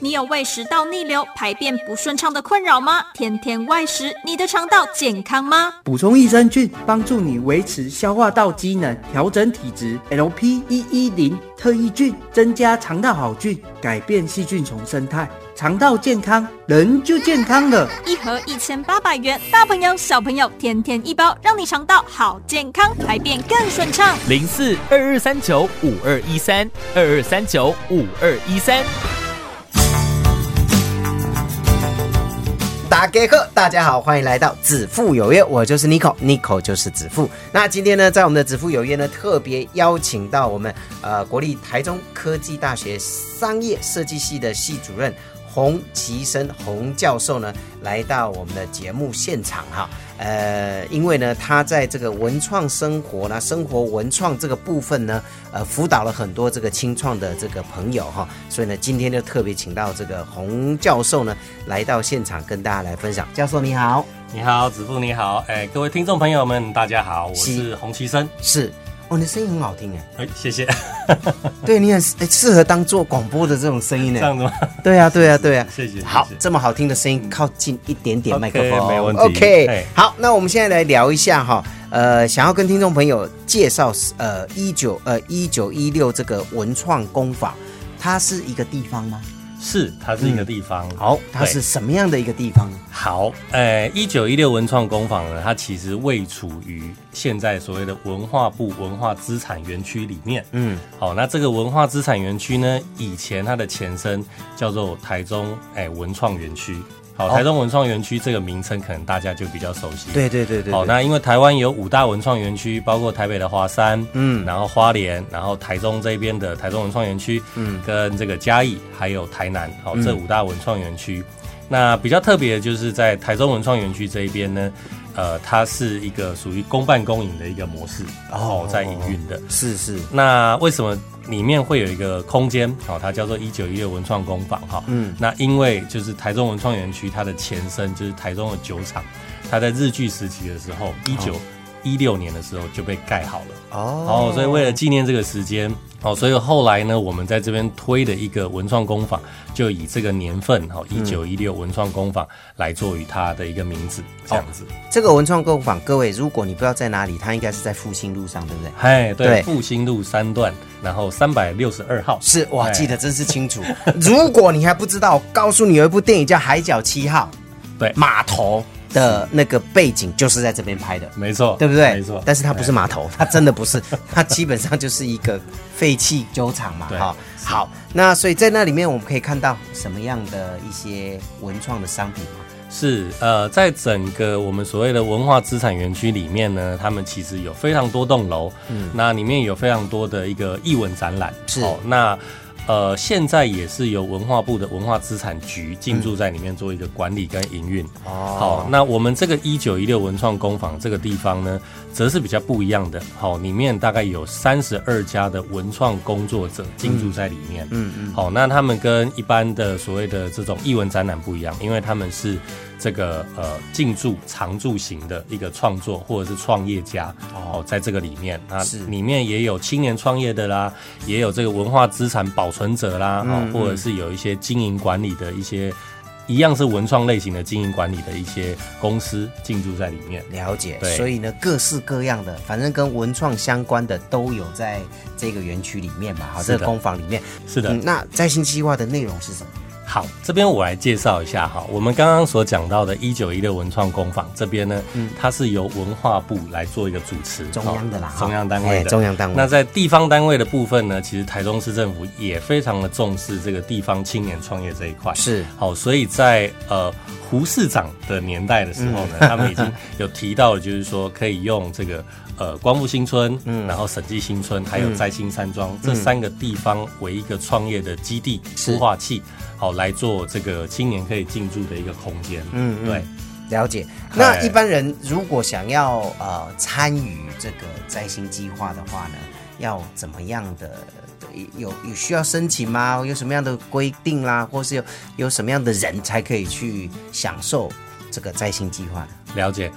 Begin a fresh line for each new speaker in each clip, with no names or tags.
你有胃食道逆流、排便不顺畅的困扰吗？天天外食，你的肠道健康吗？
补充益生菌，帮助你维持消化道机能，调整体质。LP 一一零特异菌增加肠道好菌，改变细菌丛生态，肠道健康，人就健康了。
一盒一千八百元，大朋友小朋友天天一包，让你肠道好健康，排便更顺畅。
零四二二三九五二一三二二三九五二一三。
打给客，大家好，欢迎来到子父有约，我就是 Nico，Nico 就是子父。那今天呢，在我们的子父有约呢，特别邀请到我们呃国立台中科技大学商业设计系的系主任洪其生洪教授呢，来到我们的节目现场哈。呃，因为呢，他在这个文创生活呢，生活文创这个部分呢，呃，辅导了很多这个青创的这个朋友哈，所以呢，今天就特别请到这个洪教授呢，来到现场跟大家来分享。教授你好，
你好，子富你好，哎，各位听众朋友们，大家好，我是洪其生。
是哦，你的声音很好听哎，
哎，谢谢，
对你很哎适合当做广播的这种声音
这
呢。
样子吗？
对啊，对啊，对啊。
谢谢，
好
谢，谢
这么好听的声音，靠近一点点麦克风
OK，没问题
OK，
哎
好，那我们现在来聊一下哈，呃，想要跟听众朋友介绍呃一九呃一九一六这个文创工坊，它是一个地方吗？
是它是一个地方，
嗯好，它
对
是什么样的一个地方呢？
好，呃，一九一六文创工坊呢，它其实位处于现在所谓的文化部文化资产园区里面。
嗯，
好，那这个文化资产园区呢，以前它的前身叫做台中哎、文创园区。好，台中文创园区这个名称可能大家就比较熟悉。
对对对对，
好，
对
那因为台湾有五大文创园区，包括台北的华山，
嗯
嗯，然后花莲，然后台中这边的台中文创园区，嗯，跟这个嘉义还有台南，好、这五大文创园区。那比较特别的就是在台中文创园区这一边呢，呃，它是一个属于公办公营的一个模式，
哦
哦，在营运的。
是是，
那为什么里面会有一个空间？好、它叫做一九一六文创工坊哈、
嗯
嗯，那因为就是台中文创园区，它的前身就是台中的酒厂，它在日据时期的时候，一九一六年的时候就被盖好了。
哦
哦，所以为了纪念这个时间，哦，所以后来呢，我们在这边推的一个文创工坊，就以这个年份，哈、哦，
嗯
一九一六文创工坊来作为它的一个名字，
哦
这样子。
这个文创工坊，各位如果你不知道在哪里，它应该是在复兴路上，对不对？
嗨，
对
对，复兴路三段，然后三百六十二号。
是哇，
哎
记得真是清 楚。如果你还不知道，我告诉你有一部电影叫《海角七号》，
对
码头的那个背景就是在这边拍的，
没错，
对不对？
没错，
但是它不是
哎
码头，它真的不是， 它基本上就是一个废弃酒厂嘛，
对
哈。好，那所以在那里面我们可以看到什么样的一些文创的商品吗？
是呃，在整个我们所谓的文化资产园区里面呢，他们其实有非常多栋楼，嗯，那里面有非常多的一个艺文展览，哦
是
那。呃，现在也是由文化部的文化资产局进驻在里面做一个管理跟营运。
哦
好，那我们这个一九一六文创工坊这个地方呢，则是比较不一样的。好，里面大概有三十二家的文创工作者进驻在里面。嗯嗯。好，那他们跟一般的所谓的这种艺文展览不一样，因为他们是这个呃进驻常驻型的一个创作或者是创业家哦，在这个里面，那
是
里面也有青年创业的啦，也有这个文化资产保存者啦，
嗯
哦，或者是有一些经营管理的一些。一样是文创类型的经营管理的一些公司进驻在里面，
了解，
对
所以呢，各式各样的，反正跟文创相关的都有在这个园区里面嘛，好，
是的
这个工坊里面。
是的，
嗯，那摘星计划的内容是什么？
好，这边我来介绍一下哈，我们刚刚所讲到的1916文创工坊这边呢，它是由文化部来做一个主持，
嗯中央的啦
哦
哈
中央单位
哎
的，
中央单位
那在地方单位的部分呢，其实台中市政府也非常的重视这个地方青年创业这一块，
是
好，所以在呃胡市长的年代的时候呢，他们已 经有提到，就是说可以用这个呃光复新村，嗯，然后审计新村，还有摘星山庄、这三个地方为一个创业的基地孵化器，好来做这个青年可以进驻的一个空间。嗯，对。
了解。那
哎
一般人如果想要呃参与这个摘星计划的话呢，要怎么样的？有有需要申请吗？有什么样的规定啦、或是有有什么样的人才可以去享受这个摘星计划呢？
了解。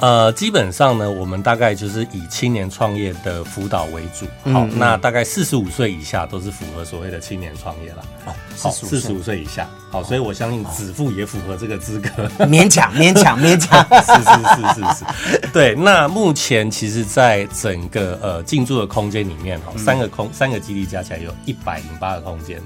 呃，基本上呢，我们大概就是以青年创业的辅导为主。好，那大概四十五岁以下都是符合所谓的青年创业啦。
哦，
好，四十五岁以下。好，所以我相信子父也符合这个资 格。。
勉强勉强勉强
是是是是是，对。那目前其实，在整个呃进驻的空间里面，哈，三个空、三个基地加起来有一百零八个空间，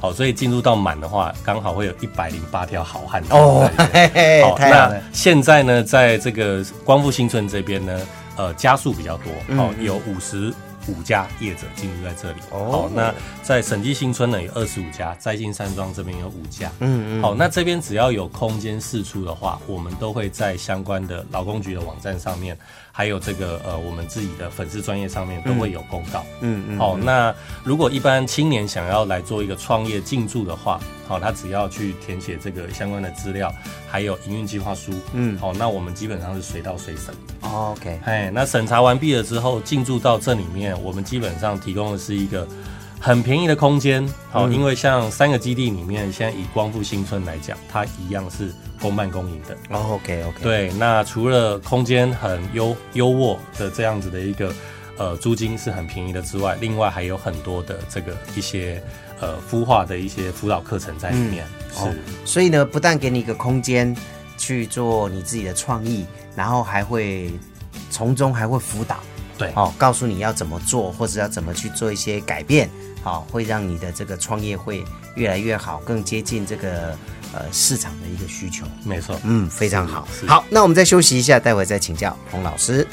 好，所以进入到满的话，刚好会有一百零八条好汉
哦
哦。对，
嘿嘿
好，
太好
那
了。
现在呢，在这个光复新村这边呢，呃，家数比较多，
嗯
哦，有五十。五家业者进入在这里，
哦
好，那在审计新村呢有二十五家，在新山庄这边有五家，嗯嗯，好，那这边只要有空间释出的话，我们都会在相关的劳工局的网站上面，还有这个呃我们自己的粉丝专业上面都会有公告，
嗯嗯，
好、那如果一般青年想要来做一个创业进驻的话，好、他只要去填写这个相关的资料，还有营运计划书，
嗯
嗯，好、那我们基本上是随到随审。
OK，
哎，那审查完毕了之后，进驻到这里面，我们基本上提供的是一个很便宜的空间。
嗯
好、因为像三个基地里面，现在以光复新村来讲，它一样是公办公营的，
哦 OK OK，，
对，那除了空间很优优渥的这样子的一个呃租金是很便宜的之外，另外还有很多的这个一些呃孵化的一些辅导课程在里面。
哦
是，
所以呢，不但给你一个空间去做你自己的创意，然后还会从中还会辅导，
对
哦，告诉你要怎么做，或者要怎么去做一些改变，好、会让你的这个创业会越来越好，更接近这个呃市场的一个需求。
没错。
嗯，非常好。
是
好，那我们再休息一下，待会再请教洪老师。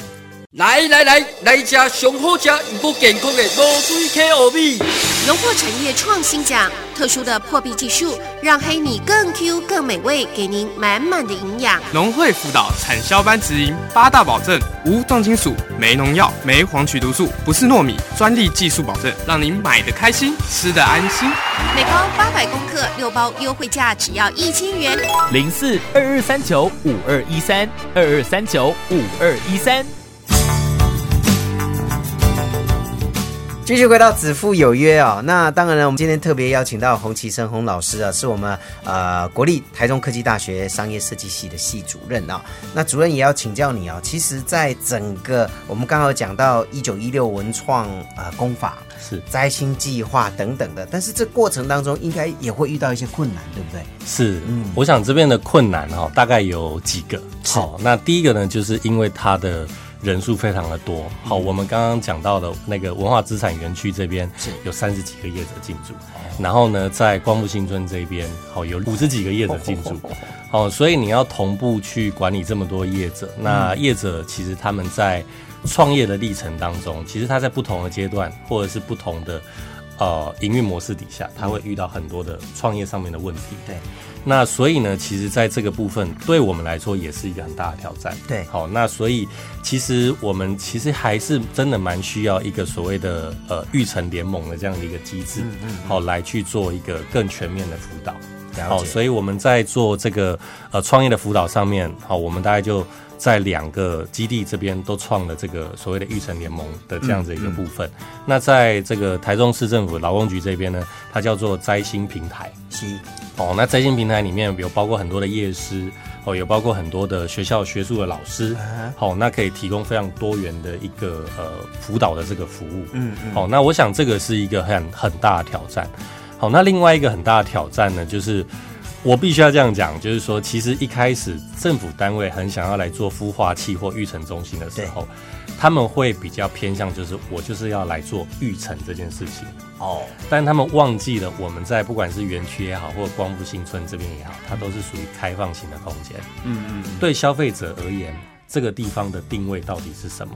来来来，来吃上好吃又够健康的卤水溪糯米。
荣获产业创新奖，特殊的破壁技术让黑米更 Q 更美味，给您满满的营养。
农会辅导产销班直营八大保证：无重金属、没农药、没黄曲毒素，不是糯米，专利技术保证，让您买的开心，吃的安心。
每包八百公克，六包优惠价只要一千元。
零四二二三九五二一三二二三九五二一三。
继续回到子父有约哦，那当然了，我们今天特别邀请到洪其生洪老师啊，是我们呃国立台中科技大学商业设计系的系主任啊、那主任也要请教你啊、其实，在整个我们刚刚有讲到一九一六文创呃工法
是
摘星计划等等的，但是这过程当中应该也会遇到一些困难，对不对？
是，
嗯
我想这边的困难哈、哦，大概有几个。好，那第一个呢，就是因为它的人数非常的多。好，
嗯
我们刚刚讲到的那个文化资产园区这边
是哦
有三十几个业者进驻，然后呢，在光复新村这边，好有五十几个业者进
哦
驻。好，所以你要同步去管理这么多业者。
嗯
那业者其实他们在创业的历程当中，其实他在不同的阶段或者是不同的。呃，营运模式底下，他会遇到很多的创业上面的问题。
嗯对，
那所以呢，其实在这个部分对我们来说也是一个很大的挑战。
对
好，那所以其实我们其实还是真的蛮需要一个所谓的呃育成联盟的这样的一个机制，好来去做一个更全面的辅导。
嗯了
好，
解。
哦所以我们在做这个呃创业的辅导上面，好，我们大概就在两个基地这边都创了这个所谓的育成联盟的这样子一个部
嗯
分。那在这个台中市政府劳工局这边呢，它叫做摘星平台。
是
哦，那在线平台里面有包括很多的业师，哦，有包括很多的学校学术的老师，好、那可以提供非常多元的一个呃辅导的这个服务，嗯嗯，好、那我想这个是一个很很大的挑战，好、那另外一个很大的挑战呢，就是我必须要这样讲，就是说，其实一开始政府单位很想要来做孵化器或育成中心的时候，他们会比较偏向就是我就是要来做育成这件事情，
哦，
但他们忘记了，我们在不管是园区也好，或者光复新村这边也好，它都是属于开放型的空间。嗯嗯，对消费者而言，这个地方的定位到底是什么？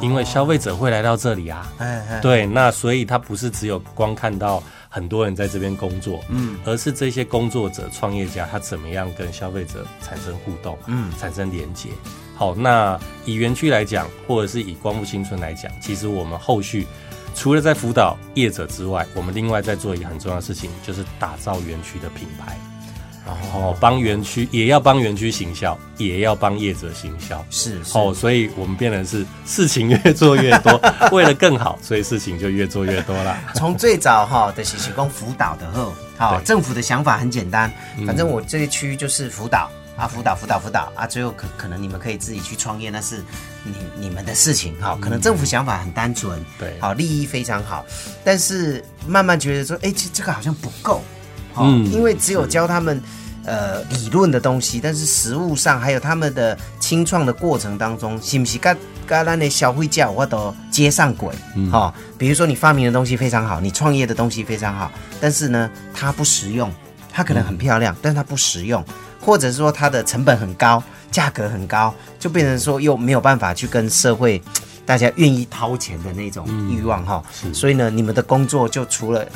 因为消费者会来到这里啊。
哎哎，
对，那所以他不是只有光看到很多人在这边工作，嗯，而是这些工作者、创业家他怎么样跟消费者产生互动，嗯，产生连接。好，那以园区来讲，或者是以光复新村来讲，其实我们后续除了在辅导业者之外，我们另外在做一个很重要的事情，就是打造园区的品牌。哦，帮园区也要帮园区行销，也要帮业者行销。
是是
哦，所以我们变成是事情越做越 多，为了更好，所以事情就越做越多啦。
从最早哈的是提供辅导的后，好、
对嗯
政府的想法很简单，反正我这个区就是辅导啊，辅导辅导辅导啊，最后可可能你们可以自己去创业，那是你你们的事情哈。可能政府想法很单纯，
嗯对
好利益非常好，但是慢慢觉得说，哎，这这个好像不够，好、
嗯
因为只有教他们。呃，理论的东西，但是实物上还有他们的清创的过程当中，是不是跟跟咱的消费者我都接上轨？
嗯
哦，比如说你发明的东西非常好，你创业的东西非常好，但是呢，它不实用，它可能很漂亮，但是它不实用，或者是说它的成本很高，价格很高，就变成说又没有办法去跟社会。大家愿意掏钱的那种欲望哈、
嗯是
所以呢，你们的工作就除了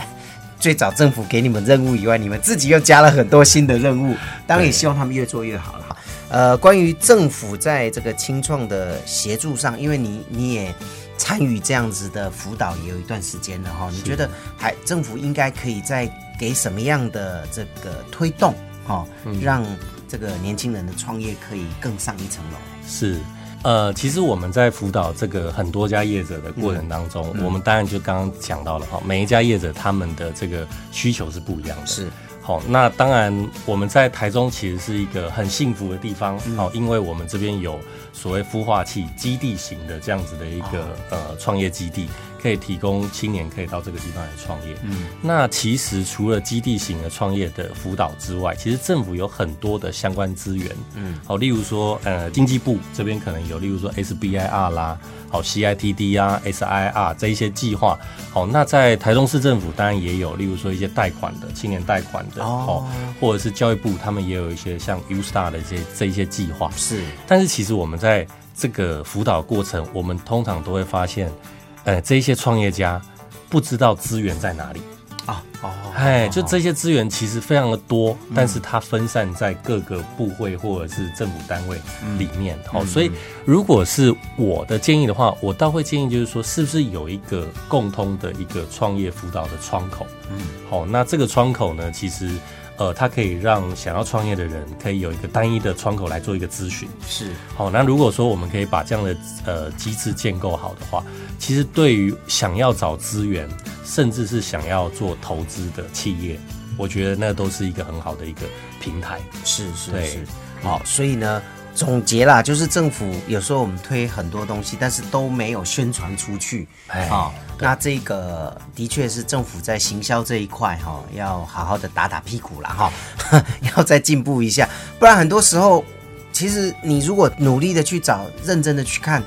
最早政府给你们任务以外，你们自己又加了很多新的任务，当然也希望他们越做越好了哈。呃，关于政府在这个清创的协助上，因为你你也参与这样子的辅导也有一段时间了哈、你觉得还政府应该可以再给什么样的这个推动哈、让这个年轻人的创业可以更上一层楼？
是，呃，其实我们在辅导这个很多家业者的过程当中，我们当然就刚刚讲到了哈，每一家业者他们的这个需求是不一样的。
是，
好，那当然我们在台中其实是一个很幸福的地方，好、因为我们这边有所谓孵化器基地型的这样子的一个、呃创业基地，可以提供青年可以到这个地方来创业。嗯，那其实除了基地型的创业的辅导之外，其实政府有很多的相关资源，嗯，好，例如说呃经济部这边可能有，例如说 SBIR 啦，好 CITD 啊、SIR 这一些计划，好，那在台中市政府当然也有，例如说一些贷款的青年贷款的，
哦
哦，或者是教育部他们也有一些像 U Star 的这些这一些计划，
是
但是其实我们在这个辅导过程，我们通常都会发现，呃，这一些创业家不知道资源在哪里。
啊哦，
哎，就这些资源其实非常的多，但是它分散在各个部会或者是政府单位里面。好、所以如果是我的建议的话，我倒会建议就是说，是不是有一个共通的一个创业辅导的窗口？嗯，好、那这个窗口呢，其实呃，它可以让想要创业的人可以有一个单一的窗口来做一个咨询。
是
好，那如果说我们可以把这样的呃机制建构好的话，其实对于想要找资源，甚至是想要做投资的企业，我觉得那都是一个很好的一个平台。
是是
对
是，好，所以呢，总结啦，就是政府有时候我们推很多东西，但是都没有宣传出去，
哎
好，那这个的确是政府在行销这一块哈、要好好的打打屁股啦哈、 要再进步一下，不然很多时候，其实你如果努力的去找，认真的去看。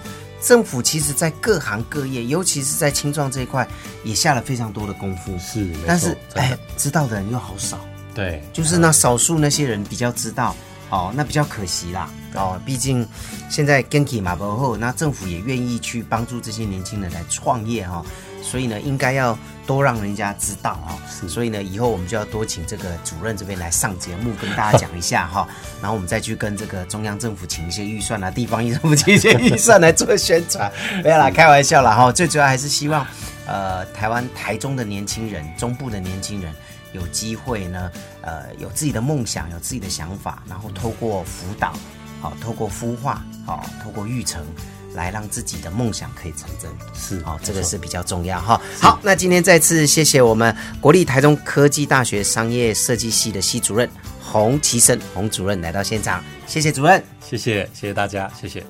政府其实，在各行各业，尤其是在青壮这一块，也下了非常多的功夫。
是没错
但是
真的
哎，知道的人又好少。
对，
就是那少数那些人比较知道，哦，那比较可惜啦，哦，毕竟现在 Genki 马博后，那政府也愿意去帮助这些年轻人来创业哈、哦，所以呢，应该要多让人家知道哈、哦，所以呢，以后我们就要多请这个主任这边来上节目跟大家讲一下哈、然后我们再去跟这个中央政府请一些预算啊，地方政府请一些预算来做宣传，没有啦，开玩笑啦哈、最主要还是希望。呃，台湾台中的年轻人，中部的年轻人，有机会呢，呃，有自己的梦想，有自己的想法，然后透过辅导，好、透过孵化，好、透过育成，来让自己的梦想可以成真。
是
好、哦这个是比较重要哈。好，那今天再次谢谢我们国立台中科技大学商业设计系的系主任洪其生洪主任来到现场，谢谢主任。
谢谢谢谢大家，谢谢。